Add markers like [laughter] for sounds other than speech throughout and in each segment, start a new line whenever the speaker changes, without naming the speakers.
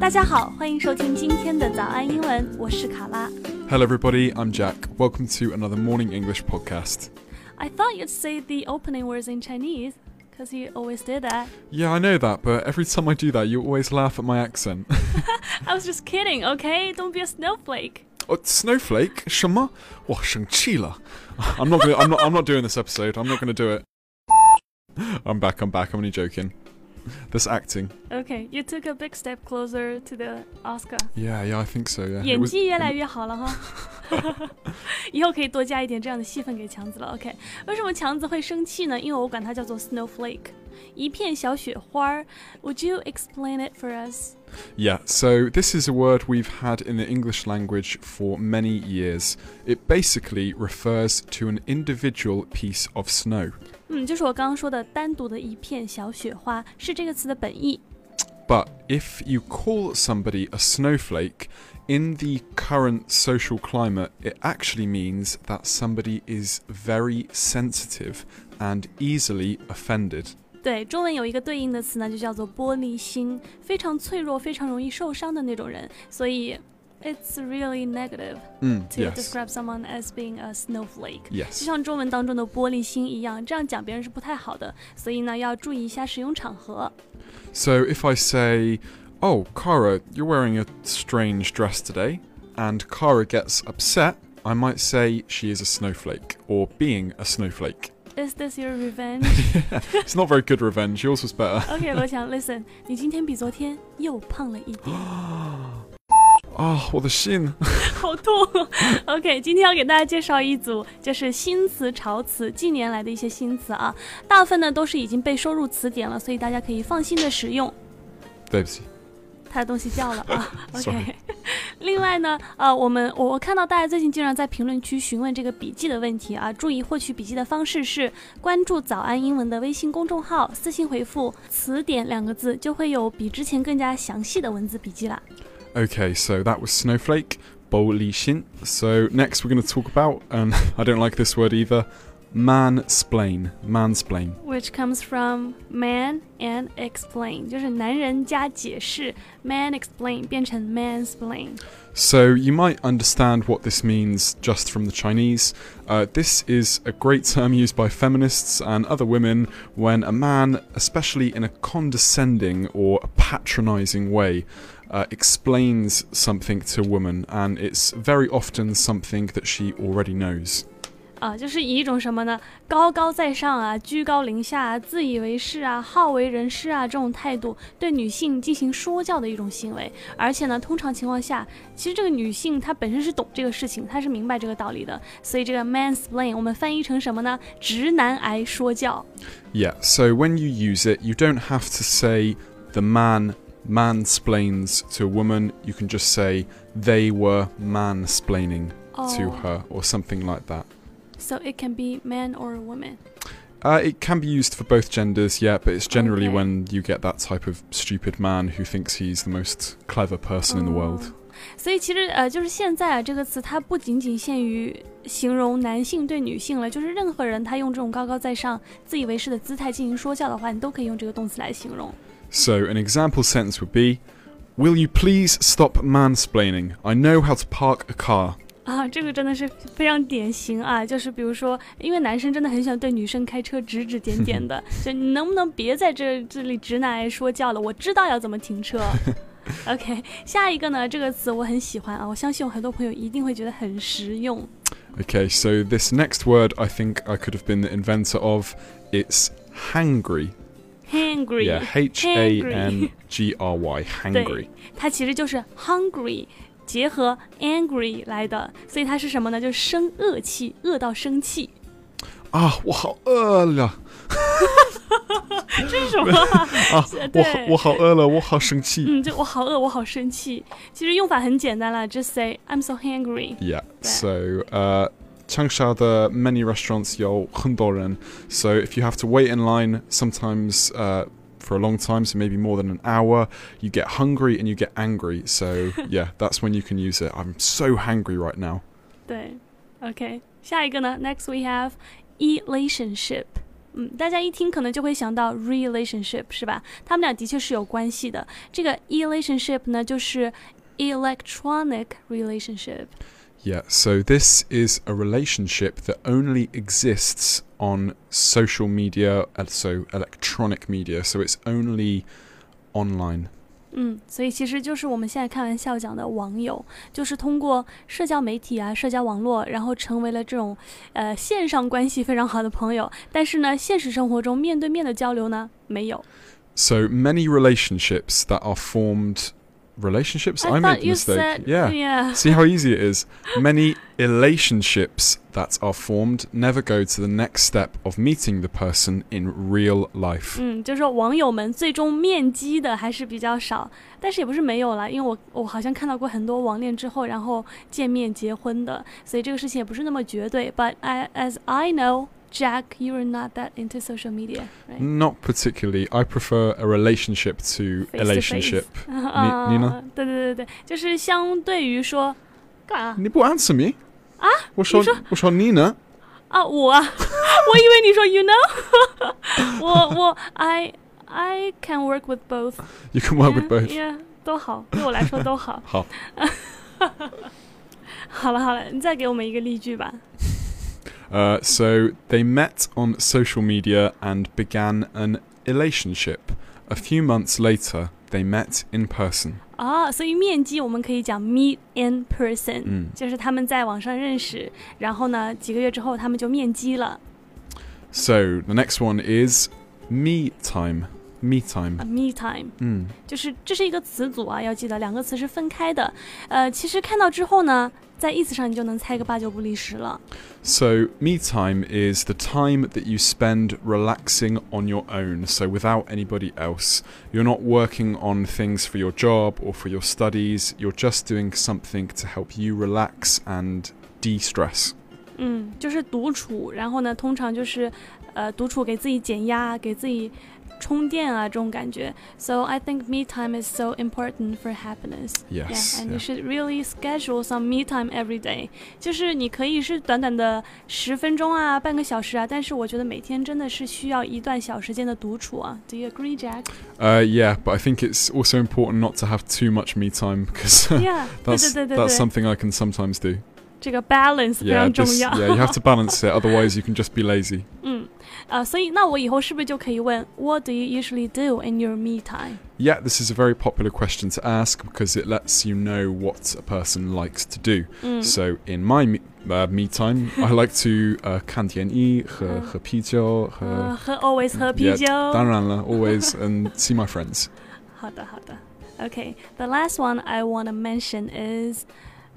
大家好，欢迎收听今天的早安英文，我是卡拉。
Hello, everybody. I'm Jack. Welcome to another Morning English podcast.
I thought you'd say the opening words in Chinese, cause you always did that.
Yeah, I know that, but every time I do that, you always laugh at my accent. [laughs]
I was just kidding, okay? Don't be a snowflake.
oh, snowflake? 什么?哇,生气了. I'm not. Gonna, I'm not. I'm not doing this episode. I'm not going to do it. I'm back. I'm back. I'm only joking. This acting.
Okay, you took a big step closer to the Oscar.
Yeah, yeah, I think so. Yeah.
演
It was-
技越来越好了哈， [laughs] 以后可以多加一点这样的戏份给强子了。OK，为什么强子会生气呢？因为我管它叫做 snowflake，一片小雪花儿。Would you explain it for us？
Yeah, so this is a word we've had in the English language for many years. It basically refers to an individual piece of snow.
嗯，就是我刚刚说的单独的一片小雪花，是这个词的本意。
But if you call somebody a snowflake, in the current social climate, it actually means that somebody is very sensitive and easily offended.
对，中文有一个对应的词呢，就叫做玻璃心，非常脆弱、非常容易受伤的那种人。所以，it's really negative
Mm,
to
yes.
describe someone as being a snowflake。就
Yes.
像中文当中的玻璃心一样，这样讲别人是不太好的，所以呢要注意一下使用场合。
So if I say, Oh, Kara, you're wearing a strange dress today, and Kara gets upset, I might say she is a snowflake or being a snowflake.
Is this your revenge? [laughs]
[laughs] it's not very good revenge, yours was better. [gasps]
OK，罗强，listen，你今天比昨天又胖了一点，
Ah, what a shin.
好痛 [laughs] 哦。OK，今天要给大家介绍一组就是新词潮词，近年来的一些新词啊，大部分呢都是已经被收入词典了，所以大家可以放心的使用。
Debsy.
他的东西掉了啊
Sorry
，OK。另 [laughs] 外呢，呃，我们我我看到大家最近经常在评论区询问这个笔记的问题啊，注意获取笔记的方式是关注“早安英文”的微信公众号，私信回复“词典”两个字，就会有比之前更加详细的文字笔记啦。
Okay, so that was Snowflake, Bo Li Xin. So next we're going to talk about, and [laughs] I don't like this word either, mansplain. Mansplain.
Which comes from man and explain，就是男人加解释，man explain 变成 mansplain。
So you might understand what this means just from the Chinese. Uh, this is a great term used by feminists and other women when a man, especially in a condescending or patronizing way, uh, explains something to a woman, and it's very often something that she already knows.
啊，就是以一种什么呢？高高在上啊，居高临下啊，自以为是啊，好为人师啊，这种态度对女性进行说教的一种行为。而且呢，通常情况下，其实这个女性她本身是懂这个事情，她是明白这个道理的。所以这个 mansplain 我们翻译成什么呢？直男癌说教。
Yeah, so when you use it, you don't have to say the man mansplains to a woman. You can just say they were mansplaining to
Oh.
her or something like
哦
that.
so it can be man or woman.
Uh, it can be used for both genders, yeah, but it's generally
Okay.
when you get that type of stupid man who thinks he's the most clever person in the world.
Oh 所以其实呃，就是现在啊，这个词它不仅仅限于形容男性对女性了，就是任何人他用这种高高在上、自以为是的姿态进行说教的话，你都可以用这个动词来形
[laughs]
容。
So, an example sentence would be Will you please stop mansplaining? I know how to park a car.
啊，这个真的是非常典型啊！就是比如说，因为男生真的很喜欢对女生开车指指点点
[laughs]
的，就你能不能别在这这里直男癌说教了？我知道要怎么停车。OK，下一个呢，这个词我很喜欢啊，我相信有很多朋友一定会觉得很实用。
Okay, so this next word I think I could have been the inventor of. It's hangry.
Hungry，、
Yeah, H A N G R Y, hangry.
它其实就是 hungry 结合 angry 来的，所以它是什么呢？就是生恶气，饿到生气。
Ah, 我好饿了。
这是什么啊、
啊
对，
我好我好饿了，我好生气。
嗯，就我好饿，我好生气。其实用法很简单啦，just say I'm so hungry。
Yeah.
Right.
So, uh, Changsha, the many restaurants, yo, Hundoren. So, if you have to wait in line, sometimes uh, for a long time, so maybe more than an hour, you get hungry and you get angry. So, yeah, that's when you can use it. I'm so hangry right now.
对，OK，下一个呢？Next we have relationship。嗯，大家一听可能就会想到 relationship 是吧？他们俩的确是有关系的。这个 relationship 呢，就是 electronic relationship。
Yeah, so this is a relationship that only exists on social media and so electronic media. So it's only online.
嗯，所以其实就是我们现在开玩笑讲的网友，就是通过社交媒体啊、社交网络，然后成为了这种呃线上关系非常好的朋友。但是呢，现实生活中面对面的交流呢，没有。
So many relationships that are formed. Relationships? I, made
thought
the
you
mistake.
said
yeah. See how easy it is. Many relationships that are formed never go to the next step of meeting the person in real life.
[laughs] 嗯，就是说网友们最终面基的还是比较少，但是也不是没有了，因为我我好像看到过很多网恋之后然后见面结婚的，所以这个事情也不是那么绝对。But I, as I know, Jack, you're not that into social media, right?
Not particularly. I prefer a relationship
Face
to
to
relationship.
啊
你呢？
对对对对，就是相对于说，干嘛
你不 answer me
Ah,
啊？我说我说你呢？
啊？我啊， [laughs] 我以为你说 you know，我 [laughs] 我 I I can work with both，
You can work with both.
yeah, yeah, 都好，对我来说都好。 [laughs]
好，
好了好了，你再给我们一个例句吧。
Uh, so they met on social media and began an relationship. A few months later, they met in person.
啊，所以面基我们可以讲 meet in person，、
嗯
就是他们在网上认识，然后呢，几个月之后他们就面基了。
So the next one is me time. Me time.
A 啊 me time，
Mm.
就是这是一个词组啊，要记得两个词是分开的。呃，其实看到之后呢，在意思上你就能猜个八九不离十了。
So me time is the time that you spend relaxing on your own, so without anybody else. You're not working on things for your job or for your studies. You're just doing something to help you relax and de-stress.
嗯，就是独处，然后呢，通常就是呃独处给自己减压，给自己充电啊这种感觉。So I think me time is so important for happiness.
Yes.
Yeah, and
yeah.
you should really schedule some me time every day. 就是你可以是短短的十分钟啊，半个小时啊，但是我觉得每天真的是需要一段小时间的独处啊。Do you agree, Jack?
Uh, yeah, but I think it's also important not to have too much me time [laughs] because
Yeah，对 [laughs]
that's
对对对对，
that's something I can sometimes do.
这个 balance 非
Yeah,
常重
just,
要。
yeah, you have to balance it. Otherwise, you can just be lazy.
[laughs] 嗯，啊，所以那我以后是不是就可以问 What do you usually do in your me time？
Yeah, this is a very popular question to ask because it lets you know what a person likes to do.
嗯
So in my me, uh, me time,
[laughs]
I like to uh, 看电影,喝-
嗯。
喝啤酒,
呃，喝
喝-
always 喝啤
Yeah，
酒。
当然
[laughs]
了, always, and see my friends.
好的好的。Okay, the last one I want to mention is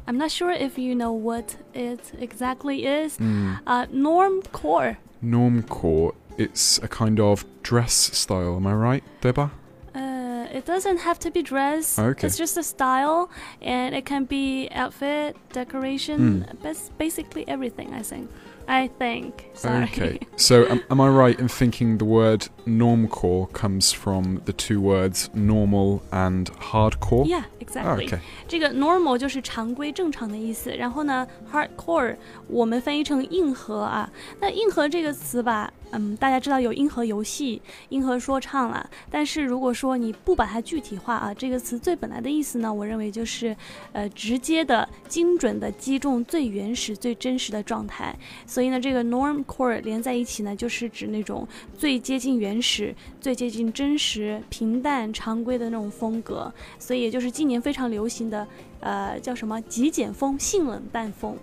I'm not sure if you know what it exactly is.
Mm.
Uh, norm core.
Normcore, it's a kind of dress style, am I right, Deba?
Uh, it doesn't have to be dress.
Oh, Okay.
It's just a style, and it can be outfit, decoration,
Hmm.
bas- basically everything. I think. I think. Sorry. [laughs]
Okay. So am, am I right in thinking the word normcore comes from the two words normal and hardcore?
yeah,
Ah,
exactly.
okay.
这个 normal 就是常规、正常的意思。然后呢，hardcore 我们翻译成硬核啊。那硬核这个词吧，嗯，大家知道有硬核游戏、硬核说唱啦。但是如果说你不把它具体化啊，这个词最本来的意思呢，我认为就是呃直接的、精准的击中最原始、最真实的状态。所以呢，这个 normcore 连在一起呢，就是指那种最接近原始、最接近真实、平淡、常规的那种风格。所以也就是今年非常流行的，呃，叫什么极简风、性冷淡风。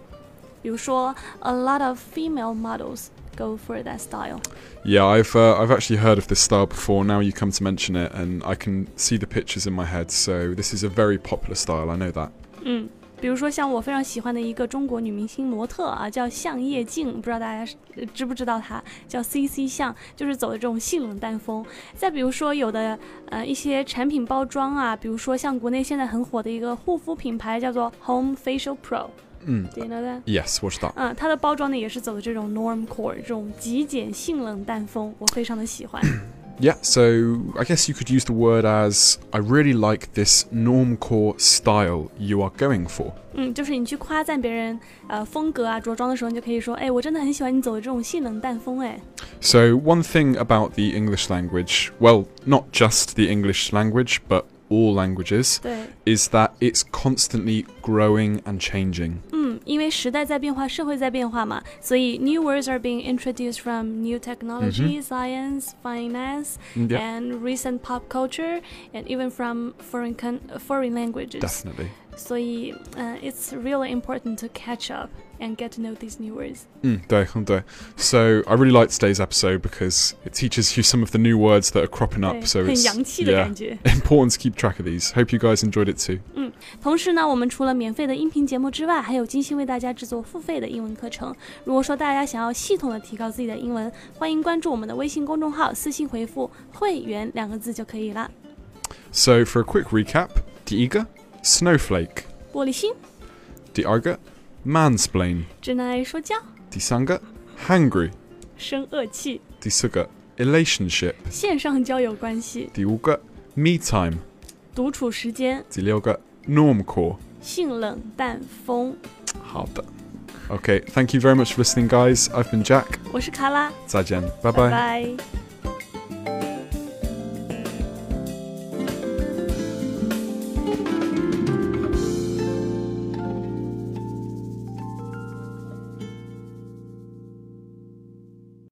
比如说，a lot of female models go for that style。
Yeah, I've uh, I've actually heard of this style before. Now you come to mention it, and I can see the pictures in my head. So this is a very popular style. I know that.
嗯，比如说像我非常喜欢的一个中国女明星模特啊，叫向叶静，不知道大家是呃知不知道她，叫 C C 向，就是走的这种性冷淡风。再比如说有的呃一些产品包装啊，比如说像国内现在很火的一个护肤品牌叫做 Home Facial Pro，Do
Mm.
you know that？
Yes, watch that.
嗯，它的包装呢也是走的这种 norm core 这种极简性冷淡风，我非常的喜欢。
Yeah, so I guess you could use the word as I really like this normcore style you are going for.
嗯，就是你去夸赞别人呃风格啊、着装的时候，你就可以说，哎，我真的很喜欢你走的这种性冷淡风，哎，
So, one thing about the English language, well, not just the English language, but all languages,
对，
is that it's constantly growing and changing.
嗯，因为时代在变化，社会在变化嘛，所以 new words are being introduced from new technology, science, finance,
Mm, Yeah,
and recent pop culture, and even from foreign con- foreign languages.
definitely.
So uh, it's really important to catch up and get to know these new words.
嗯，对，嗯，对。So, I really like today's episode because it teaches you some of the new words that are cropping up.
对
So,
很
it's
洋气的
yeah,
感觉。
[laughs] important to keep track of these. Hope you guys enjoyed it too.
同时呢，我们除了免费的音频节目之外，还有精心为大家制作付费的英文课程。如果说大家想要系统的提高自己的英文，欢迎关注我们的微信公众号，私信回复“会员”两个字就可以啦。
So, for a quick recap, Diga, snowflake.
玻璃心，
Diarga, mansplain.
真爱说教，
Disanga, hangry.
生恶气，
Disuga, relationship.
线上交友关系，
Diuga, me time.
独处时间，
Dilioga, normcore.
性冷淡风。
Harder. Okay, thank you very much for listening, guys. I've been Jack.
我是卡拉，
Zajian.
拜
bye.
拜。